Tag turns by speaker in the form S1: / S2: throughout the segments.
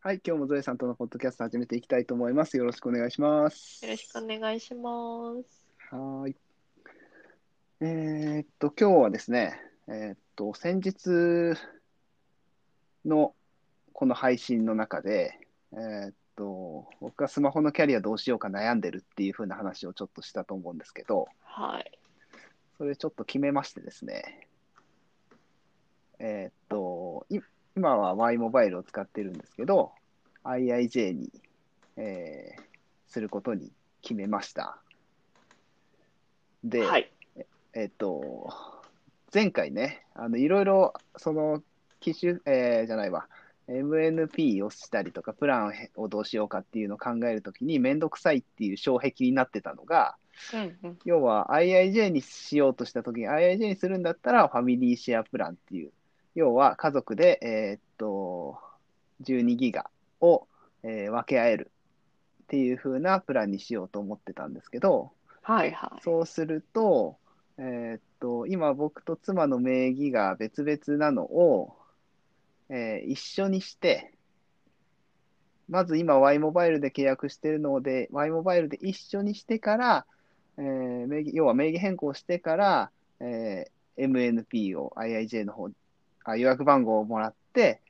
S1: はい、今日もゾエさんとのポッドキャスト始めていきたいと思います。よろしくお願いします。
S2: よろしくお願いします。
S1: はーい。えーっと、今日はですね、えーっと、先日のこの配信の中で、えーっと、僕がスマホのキャリアどうしようか悩んでるっていう風な話をちょっとしたと思うんですけど、
S2: はい。
S1: それちょっと決めましてですね、えーっと、い今は Y モバイルを使ってるんですけど、IIJ に、えーすることに決めました。で、
S2: はい。
S1: えっと、前回ね、あのいろいろ、その、機種、えーじゃないわ、MNP をしたりとか、プランをどうしようかっていうのを考えるときに、めんどくさいっていう障壁になってたのが、
S2: うんうん。
S1: 要は IIJ にしようとしたときに、IIJ にするんだったら、ファミリーシェアプランっていう、要は家族で、えーっと、12ギガを、えー分け合えるっていう風なプランにしようと思ってたんですけど、
S2: はいはい。
S1: そうすると、えーっと、今僕と妻の名義が別々なのを、えー一緒にして、まず今 Y モバイルで契約してるので、Y モバイルで一緒にしてから、えー名義、要は名義変更してから、えー MNP を IIJ の方、あ、予約番号をもらって、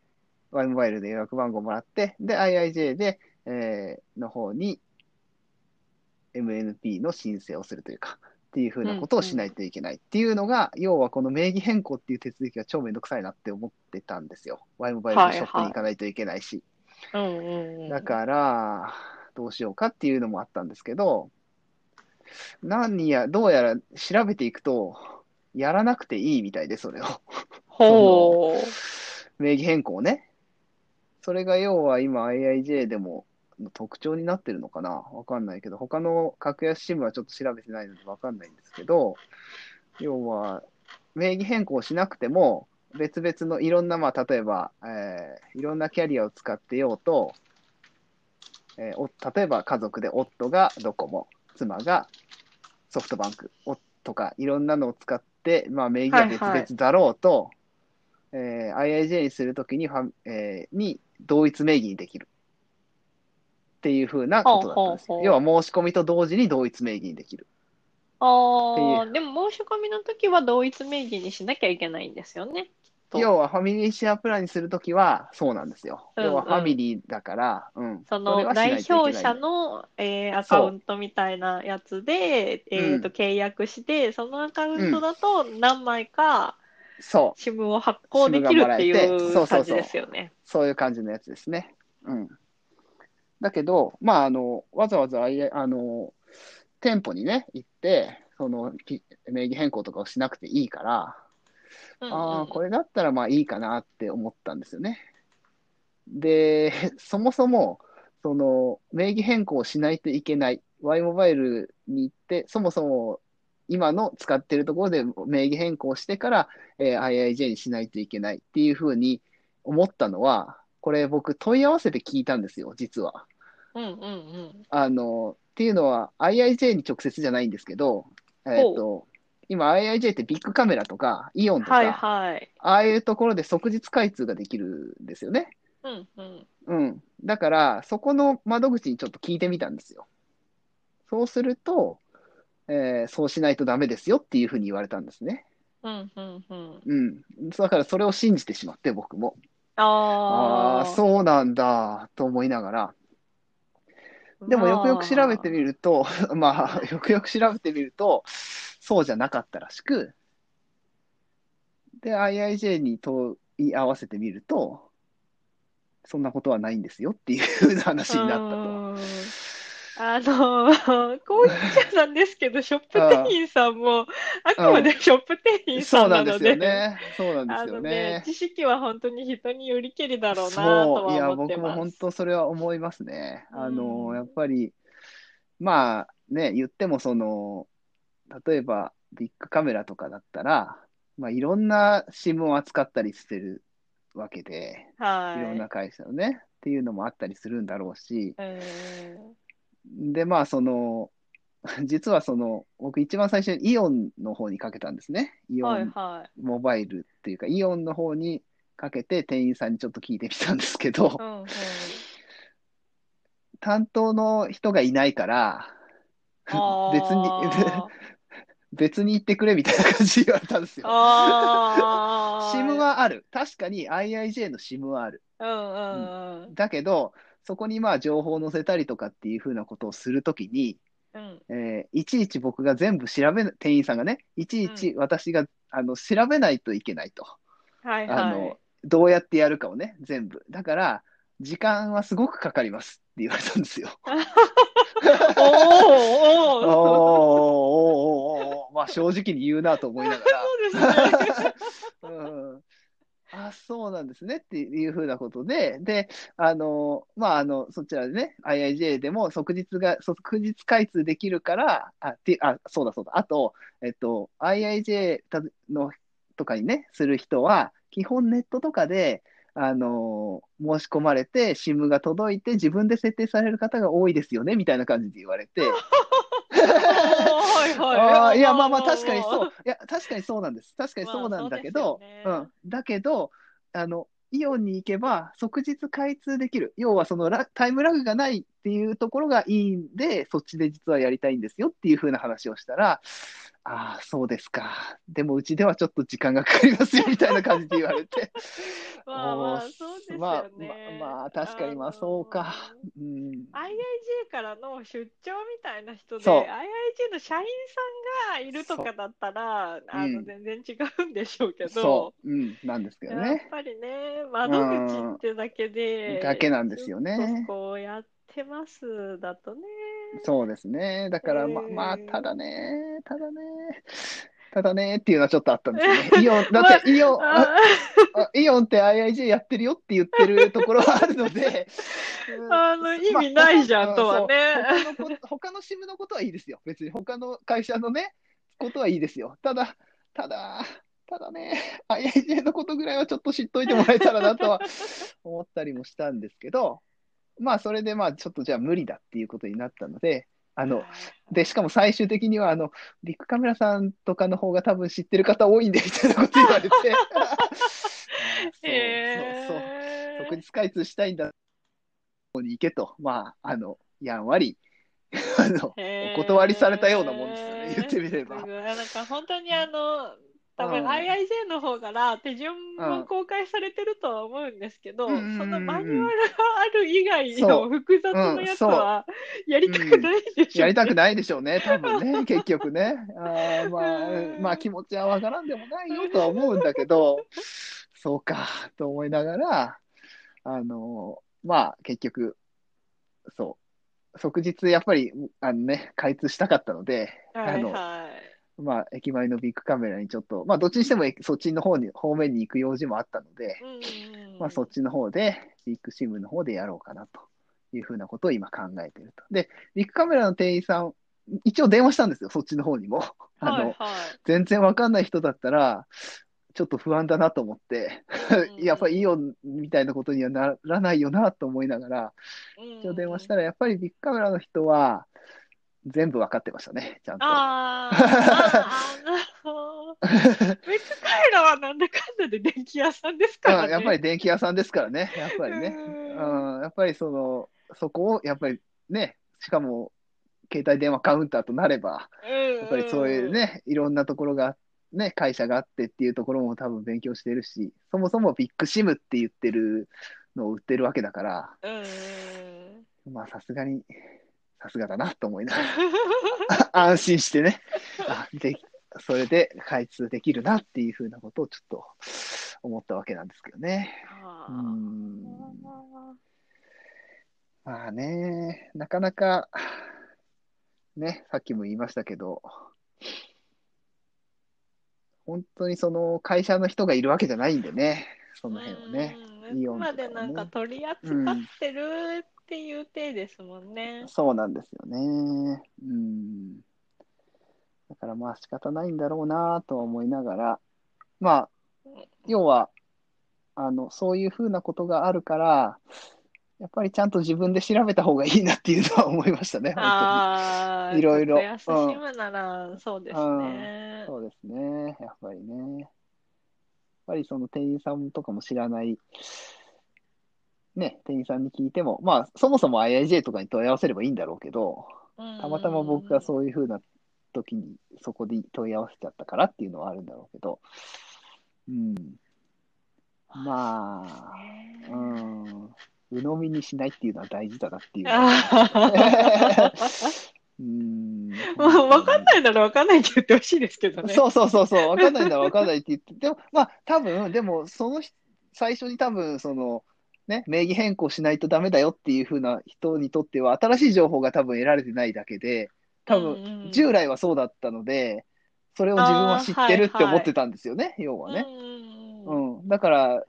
S1: Y モバイルで予約番号をもらって、で、IIJ で、えーの方に MNP の申請をするというか、っていうふうなことをしないといけないっていうのが、要はこの名義変更っていう手続きが超めんどくさいなって思ってたんですよ。Y モバイルのショップに行かないといけないし。
S2: うんうんうん。
S1: だから、どうしようかっていうのもあったんですけど、何や、どうやら調べていくと、やらなくていいみたいで、それを。
S2: ほう。
S1: 名義変更ね。それが要は今 IIJ でもの特徴になってるのかなわかんないけど、他の格安新聞はちょっと調べてないのでわかんないんですけど、要は名義変更しなくても、別々のいろんな、まあ、例えば、えーいろんなキャリアを使ってようと、えーお例えば家族で夫がドコモ、妻がソフトバンクおとか、いろんなのを使って、まあ、名義は別々だろうと、えー IIJ にするときにファミ、えーに同一名義にできる。っていうふうなことだったんです
S2: ほうほうほ
S1: よ。
S2: う
S1: 要は申し込みと同時に同一名義にできる。
S2: あ
S1: っ
S2: あ、でも申し込みの時は同一名義にしなきゃいけないんですよね。と
S1: 要はファミリーシェアプランにするときはそうなんですよ。
S2: うんうん
S1: 要はファミリーだから、うん。
S2: そ
S1: れ
S2: の
S1: はしないとい
S2: 代
S1: けない
S2: 表者の、えーアカウントみたいなやつで、えーと、
S1: うん
S2: 契約して、そのアカウントだと何枚か
S1: そう、
S2: SIM を発行できるっていう感じですよね。
S1: そういう感じのやつですね。うん。だけど、まあ、あの、わざわざ、あいあの、店舗にね、行って、その、き名義変更とかをしなくていいから、
S2: うんうん
S1: ああ、これだったらまあいいかなって思ったんですよね。で、 そもそも、その、名義変更をしないといけない。Y モバイルに行って、そもそも今の使ってるところで名義変更してから、えー IIJ にしないといけないっていうふうに思ったのは、これ僕問い合わせて聞いたんですよ、実は。
S2: うんうんうん。
S1: あの、っていうのは IIJ に直接じゃないんですけど、えっと、今 IIJ ってビッグカメラとか、イオンと
S2: はい
S1: か、
S2: はい。
S1: ああいうところで即日開通ができるんですよね。
S2: うんうん。
S1: うん。だから、そこの窓口にちょっと聞いてみたんですよ。そうすると、えーそうしないとダメですよっていうふうに言われたんですね。
S2: うんうんうん。
S1: うん。だから、それを信じてしまって、僕も。あ
S2: あ
S1: あー、
S2: あ、
S1: そうなんだ、と思いながら。でも、よくよく調べてみると、 まあ、よくよく調べてみると、そうじゃなかったらしく、で、IIJ に問い合わせてみると、そんなことはないんですよっていうふうな話になったと。
S2: たと。あのー、こう言っちゃなんですけど、ショップ店員さんも、あくまでショップ店員
S1: そ
S2: さ
S1: うんな
S2: なん
S1: で
S2: の
S1: すよ
S2: で、
S1: ね。そうなん
S2: あ
S1: ですよ
S2: のね、
S1: ね。
S2: 知識は本当に人によりけりだろうな
S1: そ
S2: と
S1: う、い
S2: は
S1: や、
S2: 思って
S1: 僕も
S2: ま
S1: 本
S2: す。
S1: 当それは思いますね。あの、
S2: うん
S1: やっぱり、まあね、言ってもその、例えばビッグカメラとかだったら、まあ、いろんな SIM を扱ったりしてるわけで、い
S2: はい。
S1: ろんな会社のね、っていうのもあったりするんだろうし、
S2: うん
S1: で、まあその、 実はその、僕一番最初にイオンの方にかけたんですね。イオン
S2: はいはい。
S1: モバイ ルっていうか、イオンの方にかけて店員さんにちょっと聞いてみたんですけど
S2: う、んうん
S1: 担当の人がいないから、
S2: あ
S1: 別に
S2: ー
S1: 別に行ってくれみたいな感じで言われたんですよ。
S2: あー
S1: SIM はある。確かに IIJ の SIM はある。
S2: うんうん
S1: だけど、そこにまあ情報を載せたりとかっていうふうなことをするときに、
S2: うんうん
S1: えーいちいち僕が全部調べな、店員さんがね、いちいち私が、あの調べないといけないと。
S2: はい
S1: あ
S2: は
S1: の
S2: い。、
S1: どうやってやるかをね、全部。だから、時間はすごくかかりますって言われたんですよ。おーおー おー
S2: おーおー
S1: おーまあ正直に言うなと思いながら。
S2: そうですね。
S1: うんあそうなんですねっていうふうなことで、で、あの、まあ、あの、そちらでね、IIJ でも即日が、即日開通できるから、あ、てあそうだそうだ、あと、えっと、IIJ たのとかにね、する人は、基本ネットとかで、あの、申し込まれて、SIM が届いて、自分で設定される方が多いですよね、みたいな感じで言われて、
S2: はいはい。
S1: あーいや、まあまあ、確かにそう。いや、確かにそうなんです。確かにそうなんだけど、
S2: ま
S1: う
S2: あそうですよね
S1: ん。だけど、あの、イオンに行けば即日開通できる。要はそのラタイムラグがないっていうところがいいんで、そっちで実はやりたいんですよっていう風な話をしたら、ああ、そうですか。でもうちではちょっと時間がかかります よみたいな感じで言われて。
S2: まあまあ
S1: おー
S2: そうですよね
S1: まあまあまあ確かにまあそうかうん。
S2: IIJ からの出張みたいな人で、
S1: そう
S2: IIJ の社員さんがいるとかだったら、あ
S1: う
S2: の
S1: ん
S2: 全然違うんでしょうけど
S1: そ、う。うん。なんですけど
S2: やっ
S1: ね。
S2: ぱりね、窓口ってだけで、
S1: だけなんですよね
S2: ちょっとこうやってますだとね、
S1: そうですね。だから、まあ、まあ、
S2: うん
S1: ただね、ただね、ただねっていうのはちょっとあったんですよね。イオン、だってイオン、
S2: あ
S1: あイオンって IIJ やってるよって言ってるところはあるの で、うん
S2: あの意味ないじゃん
S1: まあ
S2: とはね
S1: そう他のこ他の SIM のことはいいですよ。別に他の会社のね、ことはいいですよ。ただ、ただ、ただね、IIJ のことぐらいはちょっと知っといてもらえたらなとは思ったりもしたんですけど、まあ、それでまあ、ちょっとじゃあ無理だっていうことになったので、あの、で、しかも最終的には、あの、ビッグカメラさんとかの方が多分知ってる方多いんで、みたいなこと言われて。あーそう、そう、そう。即
S2: え
S1: 日開通したいんだ。ここに行けと。まあ、あの、やんわり、あの、
S2: ー
S1: お断りされたようなもんですよね。言ってみれば。
S2: なんか本当にあの、多
S1: う
S2: 分
S1: ん
S2: IIJ の方から手順
S1: うん
S2: も公開されてるとは思うんですけど、
S1: うんうんうんうん
S2: そのマニュアルがある以外
S1: そ
S2: の複雑なやつはやりたくないでしょ
S1: やりたく
S2: ない。
S1: ないでしょうね、多 分ね、結局ね。あーまあ
S2: う、ん
S1: まあ気持ちはわからんでもないよとは思うんだけど、 そうか、と思いながら、あの、まあ結局、そう、即日やっぱり、あのね、開通したかったので、
S2: は
S1: あ
S2: い
S1: の
S2: はい。
S1: まあ駅前のビッグカメラにちょっと、まあどっちにしてもえそっちの方に、方面に行く用事もあったので、
S2: うんうんうん
S1: まあ、そっちの方で、ビッグシムの方でやろうかなというふうなことを今考えていると。で、ビッグカメラの店員さん、一応電話したんですよ、そっちの方にも。あの、
S2: はい
S1: 全然わかんない人だったら、ちょっと不安だなと思って、
S2: は い、
S1: やっぱりイオンみたいなことにはならないよなと思いながら、一応電話した
S2: ら。
S1: ら、やっぱりビッグカメラの人は、全部わかってましたね、ちゃんと。
S2: あーあー、あの、ビッグカメラはなんだかんだで電気屋さんですから
S1: うん
S2: ね。
S1: やっぱり電気屋さんですからね、やっぱりね。
S2: うん
S1: うん、やっぱりその、そこを、やっぱりね、しかも、携帯電話カウンターとなれば、
S2: うんうん、
S1: やっぱりそういうね、いろんなところが、ね、会社があってっていうところも多分勉強してるし、そもそもビッグシムって言ってるのを売ってるわけだから、
S2: うんうん。
S1: まあさすがに、さすがだなと思いながら、安心してね、あでそれで開通できるなっていうふうなことをちょっと思ったわけなんですけどね。
S2: あ
S1: う
S2: ー
S1: んまあね、なかなか、ね、さっきも言いましたけど、本当にその会社の人がいるわけじゃないんでね、その辺はね。
S2: うん
S1: イオンとか
S2: あ
S1: は
S2: くま
S1: ね
S2: でなんか取り扱ってるっていう体ですもんね。
S1: そうなんですよね。うん。だからまあ仕方ないんだろうなとは思いながら、まあ、要は、あの、そういうふうなことがあるから、やっぱりちゃんと自分で調べた方がいいなっていうのは思いましたね、本当に。
S2: ああ、
S1: いろいろ
S2: ちょっと安しむなら、そうですね。
S1: そうですね、やっぱりね。やっぱりその店員さんとかも知らないね、店員さんに聞いても、まあ、そもそも IIJ とかに問い合わせればいいんだろうけど、たまたま僕がそういうふうな時にそこで問い合わせちゃったからっていうのはあるんだろうけど、うん。まあ、
S2: ね
S1: うん、鵜呑みにしないっていうのは大事だなっていう。
S2: あー
S1: うん。
S2: もう分かんないなら分かんないって言ってほしいですけどね。
S1: そうそうそうそう、わかんないんだ、わかんないって言って、でも、まあ、多分、でも、その人最初に多分、その、ね、名義変更しないとダメだよっていう風な人にとっては、新しい情報が多分得られてないだけで、多分、
S2: 分
S1: 従来はそうだったので、それを自分は知ってるって思ってたんですよね、要はね。う
S2: ね。
S1: ん。だから、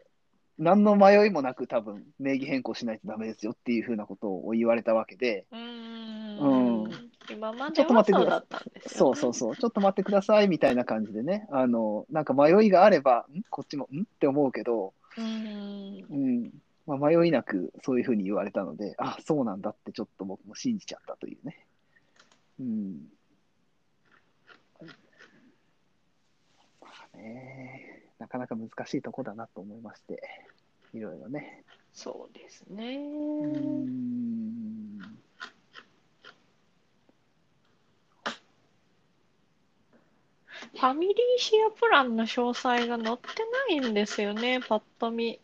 S1: 何の迷いもなく多分、名義変更しないとダメですよっていう風なことを言われたわけで、
S2: うん
S1: うん
S2: 今ま
S1: ち
S2: で
S1: ょっと
S2: は
S1: 待って
S2: そ
S1: く
S2: う
S1: ださ
S2: だったんです
S1: そ
S2: よ
S1: う
S2: ね
S1: そうそう、ちょっと待ってくださいみたいな感じでね、あの、なんか迷いがあれば、んこっちも、んって思うけど、
S2: うん
S1: うん、まあ、迷いなくそういうふうに言われたので、あ、そうなんだってちょっと僕も信じちゃったというね。うん。まあね、なかなか難しいとこだなと思いまして、いろいろね。
S2: そうですね。
S1: うん。
S2: ファミリーシェアプランの詳細が載ってないんですよね、パッと見。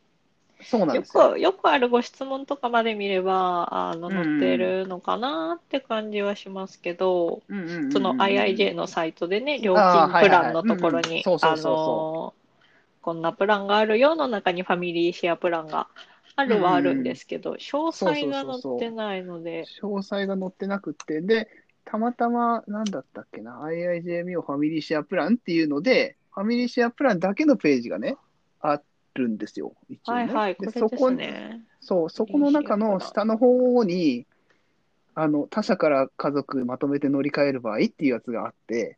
S1: そうなん
S2: よ
S1: ですよ。
S2: く、よくあるご質問とかまで見れば、あの、
S1: うんう
S2: 載
S1: ん
S2: ってるのかなって感じはしますけど、
S1: うんうんうんうん
S2: その IIJ のサイトでね、料
S1: あ
S2: 金
S1: ーはいはい
S2: プランのところ
S1: うんうん
S2: に、
S1: そうそうそうそう
S2: の、こんなプランがあるよの中にファミリーシェアプランがあるはあるんですけど、詳細が載ってないので、
S1: 詳細が載ってなくて、で、たまたま、なんだったっけな、IIJMO ファミリーシェアプランっていうので、ファミリーシェアプランだけのページがね、あるんですよ、一応、
S2: は
S1: ね。
S2: いはい、こ
S1: で
S2: れ
S1: そ
S2: で
S1: こ
S2: すね。
S1: そう、そこの中の下の方に、あの、他社から家族まとめて乗り換える場合っていうやつがあって、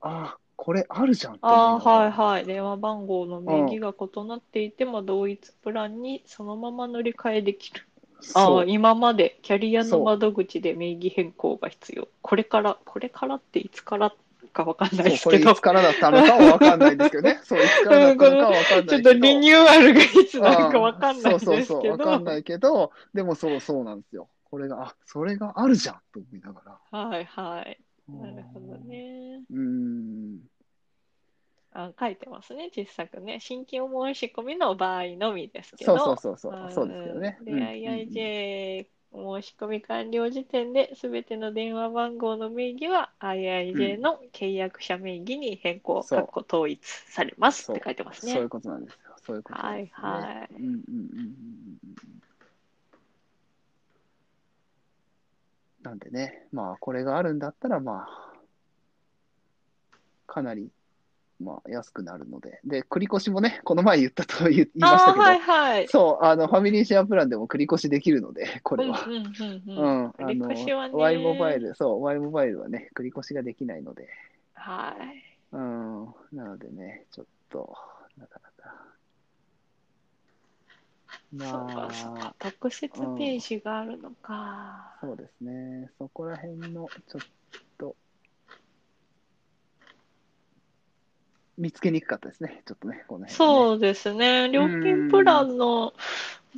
S1: ああ、これあるじゃんって思い
S2: あ
S1: な
S2: あ、
S1: がら
S2: はいはい。電話番号の名義が異なっていても、同一プランにそのまま乗り換えできる。あ
S1: そ
S2: あ、
S1: う、
S2: 今までキャリア
S1: そ
S2: の
S1: う
S2: 窓口で名義変更が必要。これから、これからっていつからかわかんない
S1: そうこ
S2: ですけ
S1: れい
S2: ど、
S1: つからだったのかは分かんないんですけどね。そう、いつからだったのかは分かん
S2: ち
S1: な
S2: ょっ
S1: いけど。
S2: とリニューアルがいつ な
S1: あ
S2: んかわかんないです
S1: そうそうそう、
S2: け
S1: わ
S2: ど、
S1: かんないけど、でもそうそうなんですよ。これが、あ、それがあるじゃんと思いながら。
S2: はいはい。なるほどね。
S1: うーん。
S2: あ、書いてますね、小さくね。新規お申し込みの場合のみですけ
S1: そう
S2: ど
S1: そう、そうそう、
S2: はい
S1: そうですけどね。
S2: で、
S1: うん
S2: IIJ 申し込み完了時点で、すべての電話番号の名義は IIJ の契約者名義に変更、
S1: そう
S2: 括弧統一されます
S1: そう
S2: って書いてます
S1: そうい
S2: ね
S1: う。ことなんですよ。そういうことなんです、ね。
S2: はいはい
S1: うんうんうんうんうんうん。なんでね、まあ、これがあるんだったら、まあ、かなり、まあ、安くなるので。で、繰り越しもね、この前言ったと言い言いまし
S2: あ
S1: たけ
S2: あー、
S1: ど、
S2: はいはい。
S1: そう、あの、ファミリーシェアプランでも繰り越しできるの で、これは。
S2: うんうんうん
S1: う
S2: うん。
S1: ん、あ
S2: 繰り越しはね
S1: の、Y モバイル、そう、Y モバイルはね、繰り越しができないので、
S2: はい。
S1: うん、なのでね、ちょっと、なかなか。
S2: そう
S1: ま
S2: かそう
S1: あ
S2: か、。特設ページがあるのか。
S1: そうですね、そこら辺の、ちょっと、見つけにくかったですね、ちょっとね、この辺、ね。
S2: そうですね。料金プランの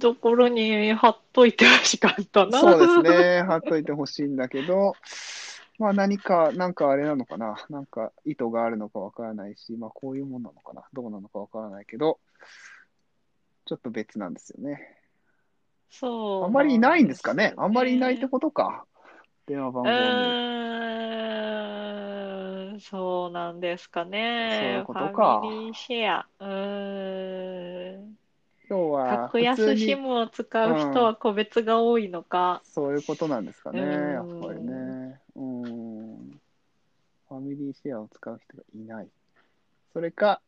S2: ところに貼っといてほしかったな。
S1: そうですね、貼っといてほしいんだけど、まあ何か、なんかあれなのかな、なんか意図があるのかわからないし、まあこういうもんなのかな、どうなのかわからないけど、ちょっと別なんですよね。
S2: そう。
S1: あんまりいないんですかね、あんまりいないって
S2: と
S1: ことか、電話番
S2: う
S1: 号に。
S2: ーん、そうなんですかね。
S1: そういうことか
S2: ファミリーシェア。うーん。
S1: 今日は
S2: 格
S1: 普
S2: 安
S1: 通に
S2: SIM を使う人は個別が多いのか。
S1: そういうことなんですかね、
S2: うーん
S1: やっぱりね。うん。ファミリーシェアを使う人がいない。それか、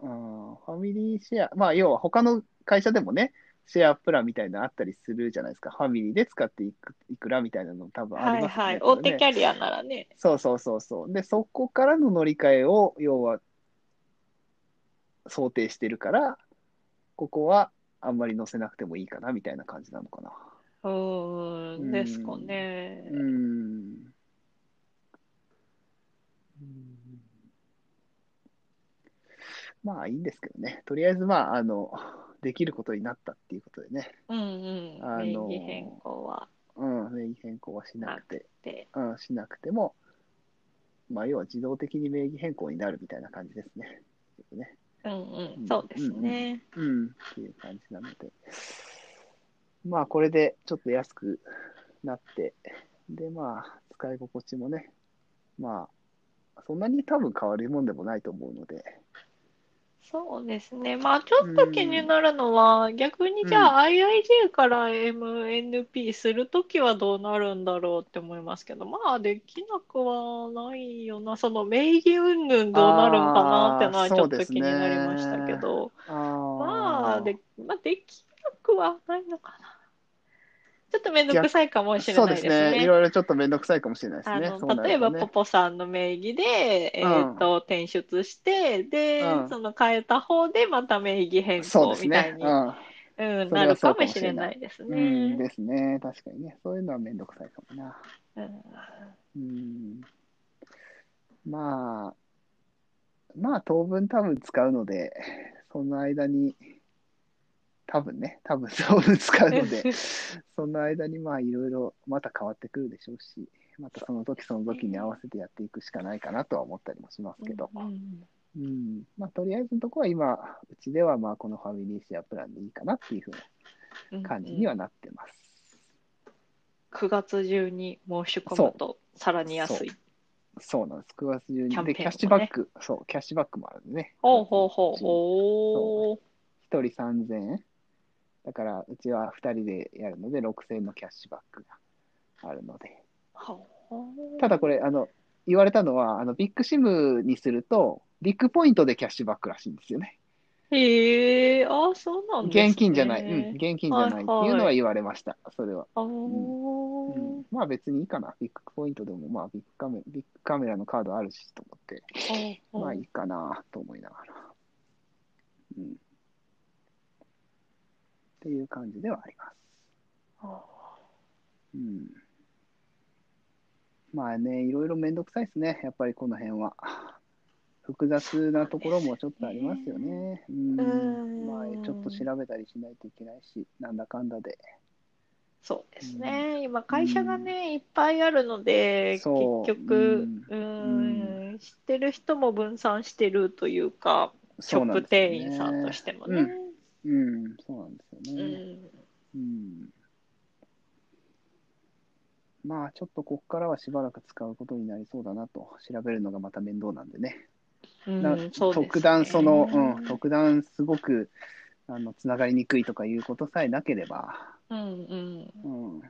S1: うん、ファミリーシェア、まあ、要は他の会社でもね、シェアプランみたいなのあったりするじゃないですか。ファミリーで使っていくいくらみたいなのも多分あ
S2: は
S1: り
S2: い
S1: ますよね。
S2: はい。
S1: こ
S2: 大
S1: れね
S2: 手キャリアならね。
S1: そうそうそうそう。で、そこからの乗り換えを、要は、想定してるから、ここはあんまり載せなくてもいいかな、みたいな感じなのかな。
S2: うーん、ですかね。
S1: うーん。まあいいんですけどね。とりあえずまあ、あの、できることになったっていうことでね、
S2: うんうん。
S1: あの
S2: 名義変更は
S1: うん、名義変更はしなくて、
S2: で、
S1: うん、しなくても、まあ、要は自動的に名義変更になるみたいな感じですね。よくね
S2: うんう
S1: うん
S2: ん、そうですね。
S1: うん、っていう感じなので。まあ、これでちょっと安くなって、で、まあ、使い心地もね、まあ、そんなに多分変わるもんでもないと思うので、
S2: そうですね。まあ、ちょっと気になるのは、逆にじゃあ IIJ から MNP するときはどうなるんだろうって思いますけど、まあ、できなくはないよな。その名義云々どうなるんかなっての
S1: あー
S2: はちょっ
S1: そうで
S2: と
S1: す
S2: 気
S1: ね
S2: になりましたけど、
S1: あ
S2: まあ、
S1: ー
S2: で、まあ、できなくはないのかな。ちょっとめんどくさいかもしれ
S1: そう
S2: ない
S1: で
S2: ですす
S1: ね。い
S2: ね。
S1: ろいろちょっとめんどくさいかもしれないです
S2: あ
S1: ね。
S2: の、
S1: そうな
S2: 例え
S1: ると
S2: ば
S1: ね
S2: ポポさんの名義で、えーっと、転出して、で、
S1: うん
S2: その変えた方でまた名義変
S1: そう
S2: 更
S1: です
S2: みた
S1: ね
S2: い。に、
S1: うん
S2: う
S1: そ
S2: ん、
S1: れ
S2: な
S1: は
S2: る
S1: そう
S2: か
S1: かもし
S2: もし
S1: れ
S2: れ
S1: な
S2: ないいです
S1: うん。
S2: ね。
S1: ですね。確かにね。そういうのはめんどくさいかもな。
S2: う
S1: う
S2: ん、
S1: んまあ、まあ当分多分使うので、その間に、多分ね、多分当分使うので、 その間にまあいろいろまた変わってくるでしょうし、またその時その時に合わせてやっていくしかないかなとは思ったりもしますけど、
S2: うん
S1: うん、まあとりあえずのところは今、うちではまあこのファミリーシェアプランでいいかなっていうふう
S2: うん
S1: な感じにはなってます。
S2: 9月中に申し込むとさらに安い。
S1: そうなんです。9月中に。
S2: キャンペ
S1: で、キ
S2: ーンもね
S1: ャッシュバック、そう、キャッシュバックもあるんでね。
S2: ほうほうほうほう。
S1: 一人3000円。だから、うちは2人でやるので、6000円のキャッシュバックがあるので。
S2: ほうほう
S1: ただこれ、あの、言われたのは、あの、ビッグシムにすると、ビッグポイントでキャッシュバックらしいんですよね。
S2: へえ、あ、そうなんですね。
S1: 現金じゃない、うん、現金じゃないっていうのは言われました、それは。
S2: あー
S1: うん、まあ別にいいかな、ビッグポイントでも、まあビッグカメビッグカメラのカードあるしと思って、
S2: ほうほう
S1: まあいいかなと思いながら。うん。っていう感じではあります。うん。まあね、いろいろめんどくさいですね、やっぱりこの辺は。複雑なところもちょっとありますよね。うん。
S2: うん
S1: まあちょっと調べたりしないといけないし、なんだかんだで。
S2: そうですね、今、会社がね、いっぱいあるので、結
S1: そう
S2: 局、
S1: う
S2: うーん、知ってる人も分散してるというか、ショップ店員さんとしてもね。
S1: て。うん、そうなんですよ
S2: う
S1: ね。
S2: ん
S1: うんまあちょっとここからはしばらく使うことになりそうだなと調べるのがまた面倒なんでね。な
S2: うんそうですね
S1: 特段その、うん、特段すごくあのつながりにくいとかいうことさえなければ、
S2: うんうん
S1: うん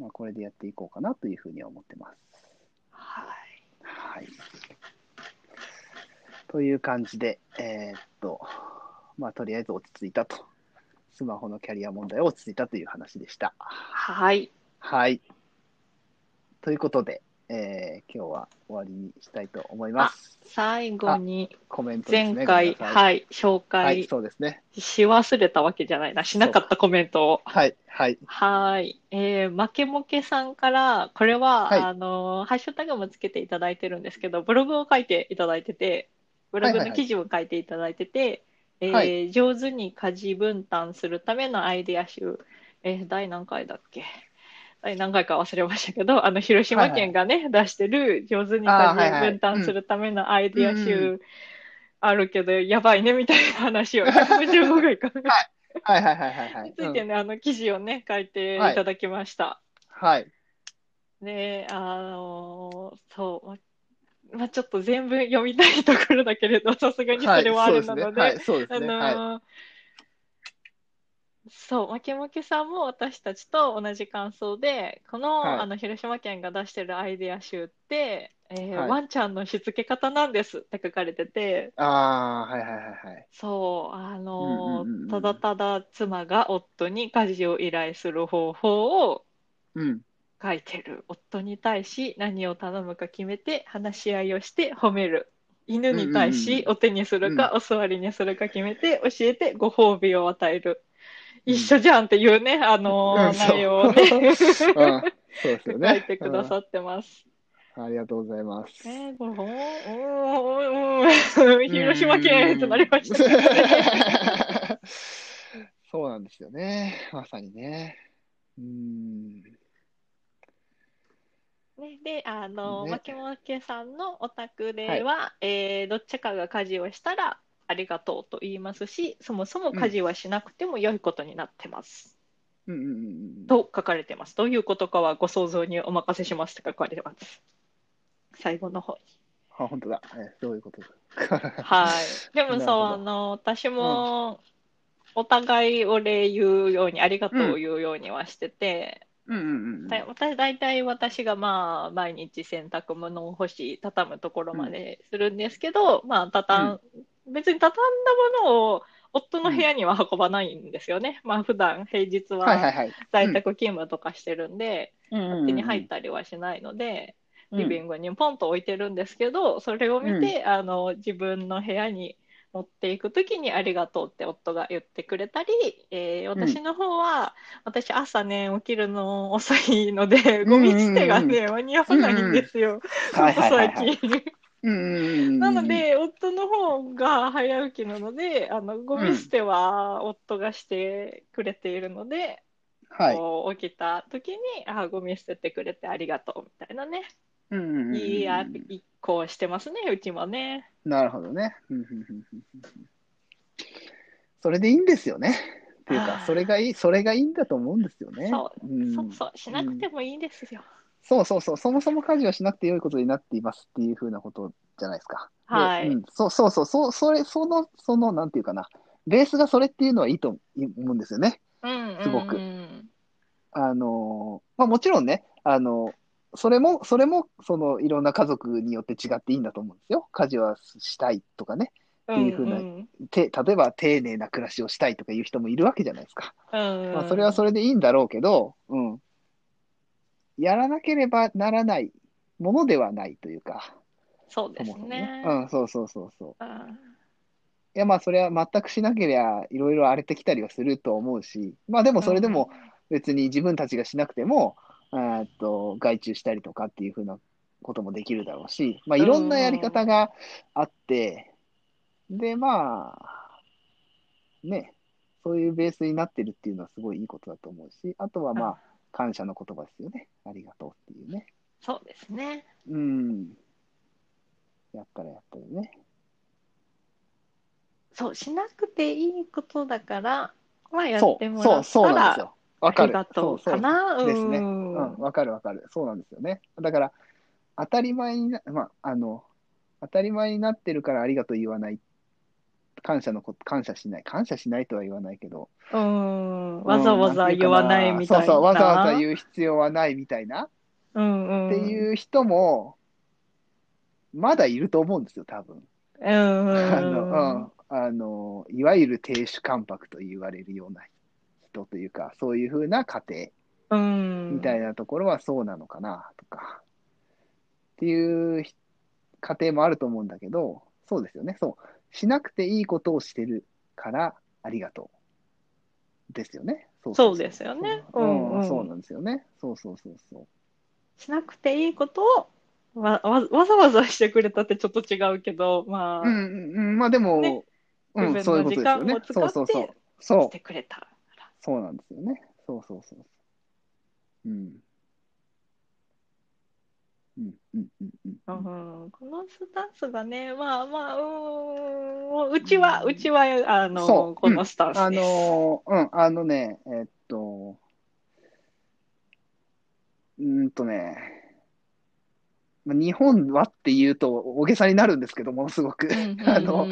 S1: まあ、これでやっていこうかなというふうには思ってます。
S2: はい
S1: はい、という感じで、えーっとまあ、とりあえず落ち着いたとスマホのキャリア問題は落ち着いたという話でした。
S2: はい、
S1: はい。ということで、えー今日は終わりにしたいと思います。
S2: 最後に、
S1: コメントですね。
S2: 前回、
S1: ごめんなさい
S2: はい、紹
S1: はい、
S2: 介
S1: そうですね。
S2: し忘れたわけじゃないな、しなかったコメントを。
S1: はい、はい。
S2: はい、えー、負けもけさんから、これは、
S1: はい
S2: あのー、ハッシュタグもつけていただいてるんですけど、ブログを書いていただいてて、ブログ
S1: はいはい
S2: の
S1: はい
S2: 記事を書いていただいてて、えー
S1: はい
S2: 上手に家事分担するためのアイデア集、えー第何回だっけ第何回か忘れましたけど、あの、広島県がね、出してる上手に家
S1: あーはいは
S2: 事
S1: い
S2: 分担するためのアイデア
S1: う
S2: 集、あるけど、やばいね、みたいな話を155回 か
S1: はい、はい、はい、はい。はい
S2: ついて
S1: うん
S2: ね、あの記事をね、書いていただきました。
S1: はい。
S2: ねあのーそう、まあ、ちょっと全文読みたいところだけれど、 さすがにそれはあれなので、
S1: はい、そうです
S2: あ
S1: ね。
S2: の
S1: はい、そうですね。はい。
S2: ーそう、まけまけさんも私たちと同じ感想で、この、
S1: はい
S2: あの広島県が出してるアイデア集って、えー
S1: はい
S2: ワンちゃんのしつけ方なんですって書かれてて、
S1: ああー、はい、はい、はい、はい。
S2: そう、あのー
S1: うんうんうんうん
S2: ただただ妻が夫に家事を依頼する方法を、
S1: うん。
S2: 書いてる夫に対し何を頼むか決めて話し合いをして褒める犬に対
S1: うんうん
S2: し
S1: うん
S2: お手にするかお座りにするか決めて教えてご褒美を与える
S1: うん
S2: 一緒じゃんっていうねあの
S1: うん
S2: ー
S1: そう
S2: 内容をね
S1: うん、そうですよね。
S2: 書いてくださってます。
S1: うんありがとうございます。
S2: ねこれほんうんうんうん広島県ってなりましたけどね。
S1: そうなんですよね。まさにね。うーん。
S2: ね、で、あの、
S1: ね
S2: わけわけさんのお宅では、えーどっちかが家事をしたら、ありがとうと言いますし、そもそも家事はしなくても良いことになってます。
S1: うんうんうんうん。
S2: と書かれてます。どういうことかはご想像にお任せしますと書かれてます。最後 の方に。
S1: あ、本当だ。えどういうことだ。
S2: はい。でも
S1: なる
S2: そう、
S1: ほど
S2: あの、私も、お互いお礼言うように、ありがとうを言うようにはしてて、
S1: うんうん うん。
S2: だ私大体私がまあ毎日洗濯物を干し畳むところまでするんですけど、まあ畳ん別に畳んだものを夫の部屋には運ばないんですよね、まあ普段平日
S1: はいは
S2: はい
S1: はい。
S2: 在宅勤務とかしてるんで、手に入ったりはしないので、
S1: た
S2: リビングにポンと置いてるんですけどそれを見て、あの自分の部屋に持っていく時に「ありがとう」って夫が言ってくれたり、えー私の方は、私朝ね起きるの遅いので
S1: うんう
S2: ゴ
S1: んうん
S2: ミ捨てがね間に合わないんですよ、
S1: はいはいはいはい。
S2: 最近。
S1: うんうんうんうん。
S2: なの、で夫の方が早起きなのであのゴミ捨ては夫がしてくれているので、
S1: はい。
S2: こう起きた時に「あーゴミ捨ててくれてありがとう」みたいなね
S1: うんうんうんうん
S2: いや、一個してますね、うちもね。
S1: なるほどね。うんうんうんうんうんそれでいいんですよね。っていう
S2: あ
S1: か、
S2: ー
S1: それがいい、それがいいんだと思うんですよね。
S2: そ
S1: うん
S2: そうそう、しなくてもいいですよ。
S1: そうそうそう、そもそも家事をしなくて良いことになっていますっていうふうなことじゃないですか。で
S2: はい
S1: うん、そうそうそう、そうそれその、その、なんていうかな、ベースがそれっていうのはいいと思うんですよね。
S2: うん、うん
S1: すごく
S2: うん
S1: あのーまあもちろんね、あのーそれも、それも、その、いろんな家族によって違っていいんだと思うんですよ。家事はしたいとかね。
S2: うん
S1: ていう風な
S2: うん
S1: て、例えば丁寧な暮らしをしたいとかいう人もいるわけじゃないですか。
S2: うん
S1: まあ、それはそれでいいんだろうけど、うん。やらなければならないものではないというか、
S2: そうで
S1: そもそ
S2: す
S1: も
S2: ね。
S1: うん、そうそうそうそう。
S2: うん
S1: いや、まあ、それは全くしなければ、いろいろ荒れてきたりはすると思うし、まあ、でもそれでも、別に自分たちがしなくても、えーっと、外注したりとかっていうふうなこともできるだろうし、まあ、いろんなやり方があって、で、まあ、ね、そういうベースになってるっていうのはすごいいいことだと思うし、あとはまあ、感謝の言葉ですよね。ありがとうっていうね。
S2: そうですね。
S1: うん。やったらやったらね。
S2: そう、しなくていいことだから、まあや
S1: そ
S2: っ
S1: う
S2: て、も
S1: そ
S2: ら
S1: う、そう
S2: った
S1: なんです
S2: ら、
S1: よ。わ
S2: あ
S1: か
S2: り
S1: る。
S2: がとう
S1: そうそ
S2: か
S1: う
S2: な。
S1: そうですね
S2: うん
S1: うん、わかるわかる。そうなんですよね。だから、当たり前にな、まあ、あの、当たり前になってるからありがとう言わない。感謝のこ、感謝しない。感謝しないとは言わないけど。
S2: うんわざわざ言わないみたいな。
S1: そうそう、わざわざ言う必要はないみたいな。っ
S2: うんうん。
S1: ていう人も、まだいると思うんですよ、多分。
S2: うんうん
S1: あの、うん、あの、いわゆる亭主関白と言われるような人というか、そういうふうな家庭。
S2: うん。
S1: みたいなところはそうなのかなとか、っていうひ家庭もあると思うんだけど、そうですよね。そう。しなくていいことをしてるからありがとう。ですよね。そ
S2: そうですよね
S1: そう
S2: うん
S1: う
S2: うん
S1: ん、そうなんですよね。そうそうそうそう。
S2: しなくていいことをわわわざわざしてくれたってちょっと違うけど、ま
S1: う
S2: あ、
S1: んうんうん、まあでも、
S2: ね
S1: うん、
S2: 自
S1: そうい
S2: 分
S1: うこ
S2: の
S1: とです
S2: 時
S1: よ
S2: 間
S1: ね
S2: を。使
S1: そうそう
S2: っ
S1: そう
S2: て。
S1: そう
S2: し。てくれた。
S1: そうなんですよね。そうそうそうそう。うん。うんうんうんうん
S2: う
S1: うん。
S2: ん、このスタンスがね、まあまあ、うーん、うちは、うちは、あ
S1: そ
S2: の、
S1: う
S2: このスタン
S1: あ
S2: スです。
S1: のーうん、あのね、えっと、うーんとね、まあ日本はっていうと大げさになるんですけど、ものすごく。
S2: うんうんうん
S1: あの、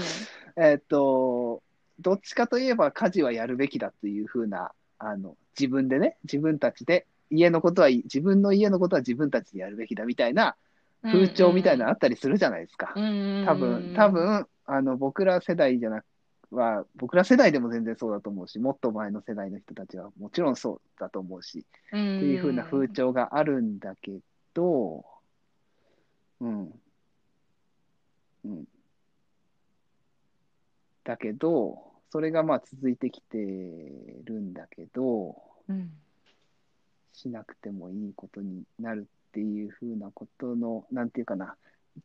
S1: えっと、どっちかといえば家事はやるべきだというふうな、あの、自分でね、自分たちで、家のことは、自分の家のことは自分たちでやるべきだみたいな風潮みたいなのあったりするじゃないですか。
S2: うんうん、
S1: 多分、多分、あの、僕ら世代じゃなく、は、僕ら世代でも全然そうだと思うし、もっと前の世代の人たちはもちろんそうだと思うし、
S2: うんうん、っ
S1: っていう風な風潮があるんだけど、うん。うん。だけど、それがまあ続いてきてるんだけど、
S2: うん
S1: しなくてもいいことになるっていう風なことの、なんていうかな、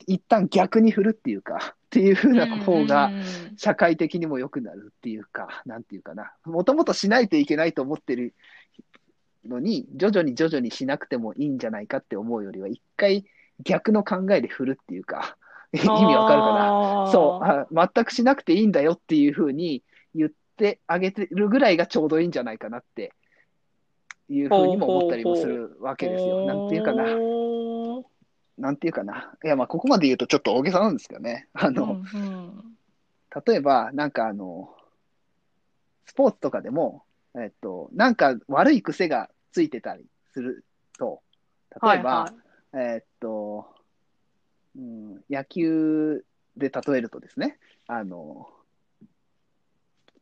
S1: 一旦逆に振るっていうか、っていう風な方が
S2: うん、うんうん
S1: 社会的にも良くなるっていうか、なんていうかな。もともとしないといけないと思ってるのに、徐々に徐々にしなくてもいいんじゃないかって思うよりは、一回逆の考えで振るっていうか、意味わかるかな
S2: あー
S1: そうあ、全くしなくていいんだよっていうふうに言ってあげてるぐらいがちょうどいいんじゃないかなっていうふうにも思ったりもするわけですよ。なんていうかな。
S2: おー
S1: なんていうかな。いや、まあ、ここまで言うとちょっと大げさなんですけどね。あの、
S2: うんうん
S1: 例えば、なんかあの、スポーツとかでも、えっと、なんか悪い癖がついてたりすると、
S2: は
S1: 例え
S2: い
S1: ば、
S2: はい
S1: えーっと、うん、野球で例えるとですね、あの、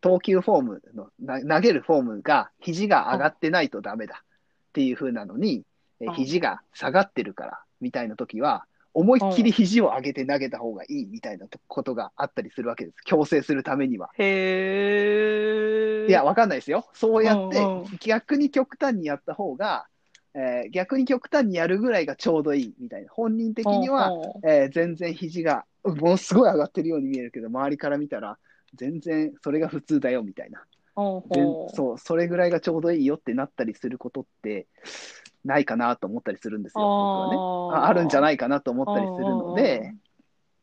S1: 投球フォームの、な投げるフォームが肘が上がってないとダメだっていう風なのに、え
S2: うん
S1: 肘が下がってるからみたいな時は、思いっきり肘を上げて投げた方がいいみたいなとことがあったりするわけです。強制するためには。
S2: へえ。
S1: いや、わかんないですよ。そうやって
S2: うんうん
S1: 逆に極端にやった方が、えー逆に極端にやるぐらいがちょうどいいみたいな。本人的には、
S2: うんうん
S1: えー全然肘がものすごい上がってるように見えるけど、周りから見たら全然それが普通だよみたいな。
S2: うん
S1: 全
S2: うん
S1: そう、それぐらいがちょうどいいよってなったりすることってないかなと思ったりするんですよ。僕はね
S2: あ
S1: ああるんじゃ
S2: い
S1: ないかなと思ったりするので、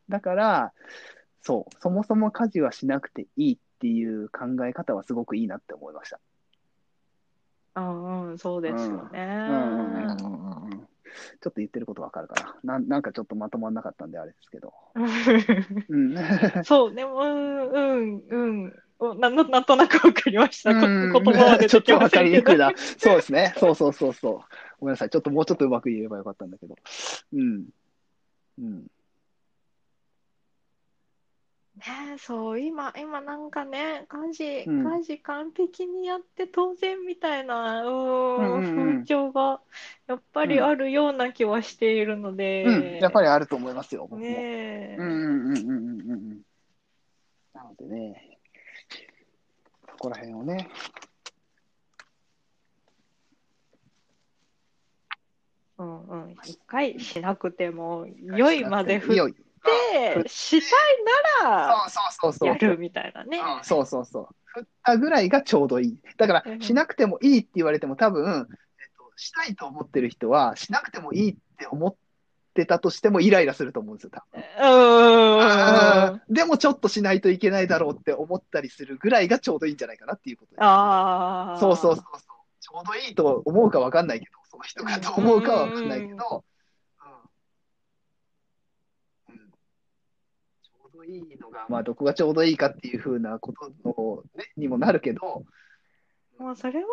S1: だから、そう、そもそも家事はしなくていいっていう考え方はすごくいいなって思いました。
S2: うんうんそうですよね、
S1: うんうんうんうんうんちょっと言ってることわかるかななん。なんかちょっとまとまんなかったんであれですけど。うん、
S2: そうねうんうんうんおなななんとなくわかりました、こ
S1: うん
S2: 言葉は出
S1: ちょって
S2: き
S1: と
S2: ま
S1: わか
S2: せん
S1: り
S2: け
S1: に
S2: ど
S1: くいな。そうですね。そうそうそうそう。ごめんなさい。ちょっともうちょっとうまく言えばよかったんだけど。うん。うん。
S2: ねそう今今なんかね家事、
S1: うん
S2: 家事完璧にやって当然みたいなうーん
S1: うんうんうん
S2: 風潮がやっぱりあるような気はしているので、
S1: うん。やっぱりあると思いますよ。僕も。
S2: ねえ、
S1: うんうんうんうんうんうん。なのでね、そこら辺をね。
S2: うんうん、一回しなくても良いまで振っ
S1: 良い
S2: て、したいなら
S1: そうそうそうそう。
S2: やるみたいなね。
S1: うんそうそうそう。振ったぐらいがちょうどいい。だから
S2: う、ん
S1: しなくてもいいって言われても、多分、えっと、したいと思ってる人は、しなくてもいいって思ってたとしても、イライラすると思うんですよ、多分。
S2: うーん。
S1: でも、ちょっとしないといけないだろうって思ったりするぐらいがちょうどいいんじゃないかなっていうことです。
S2: ああ。
S1: そうそうそうそう。ちょうどいいと思うか分かんないけど、その人がどう思うかは分かんないけど、うん。うんちょうどいいのが、まあ、どこがちょうどいいかっていうふうなことの、ね、にもなるけど、
S2: もうそれはね、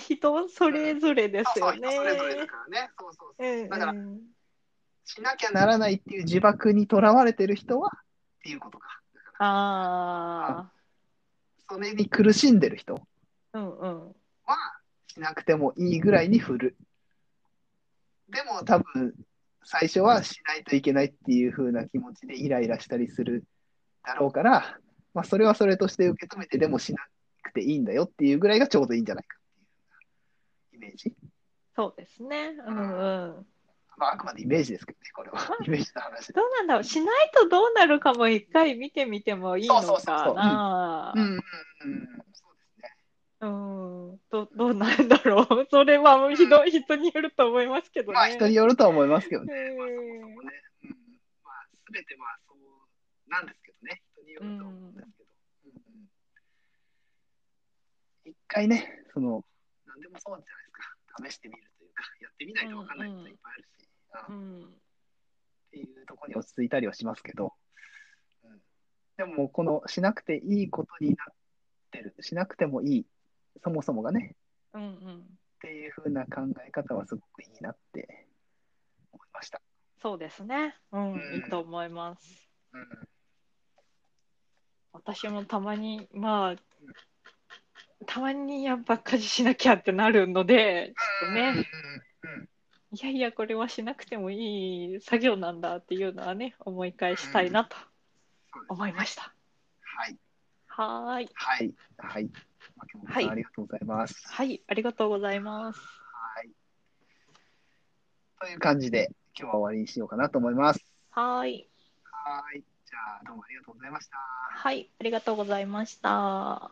S2: 人それぞれですよね。
S1: そうそう人それぞれだからね。そうそうそう。
S2: うん
S1: だから
S2: うん
S1: しなきゃならないっていう自爆にとらわれてる人は、っていうことか。
S2: あ
S1: それに苦しんでる人
S2: あ。うんうん。
S1: はしなくてもいいぐらいに振る。でも多分最初はしないといけないっていう風な気持ちでイライラしたりするだろうから、まあ、それはそれとして受け止めてでもしなくていいんだよっていうぐらいがちょうどいいんじゃないかっていうイメージ。
S2: そうですね。うんうん。
S1: まあ、あくまでイメージですけどね、これは。イメージの話で。
S2: どうなんだろう。しないとどうなるかも一回見てみてもいいの
S1: そうそうそうそ
S2: か
S1: う
S2: な
S1: う。んうんうん。そうですね。
S2: うん。どどうなんだろう。 それはもうひどい人によると思いますけどね。
S1: まあ人によるとは思いますけどね。
S2: うん
S1: まあそもそもね。うん、まあ全てまあそうなんですけどね。人によるとは思うんですけど。うん一回ね、その、なんでもそうじゃないですか。試してみるというか、やってみないとわかんないこといっぱいあるし、
S2: う
S1: うんっ
S2: ん。
S1: ていうところに落ち着いたりはしますけど、うん、でもこのしなくていいことになってる、しなくてもいい、そもそもがね、
S2: うんうん。
S1: っていう風な考え方はすごくいいなって思いました。
S2: そうですね。うん、
S1: うん
S2: いいと思います。
S1: うん
S2: 私もたまに、まあ、たまにやっぱ家事しなきゃってなるので、ちょっとね、いやいや、これはしなくてもいい作業なんだっていうのはね、思い返したいなと思いました。
S1: はい、
S2: はーい。
S1: はい、はい。牧本さん
S2: はい
S1: ありがとうございます。
S2: はい、ありがとうございます。
S1: はい。という感じで、今日は終わりにしようかなと思います。
S2: はい。
S1: はい。じゃあ、どうもありがとうございました。
S2: はい。ありがとうございました。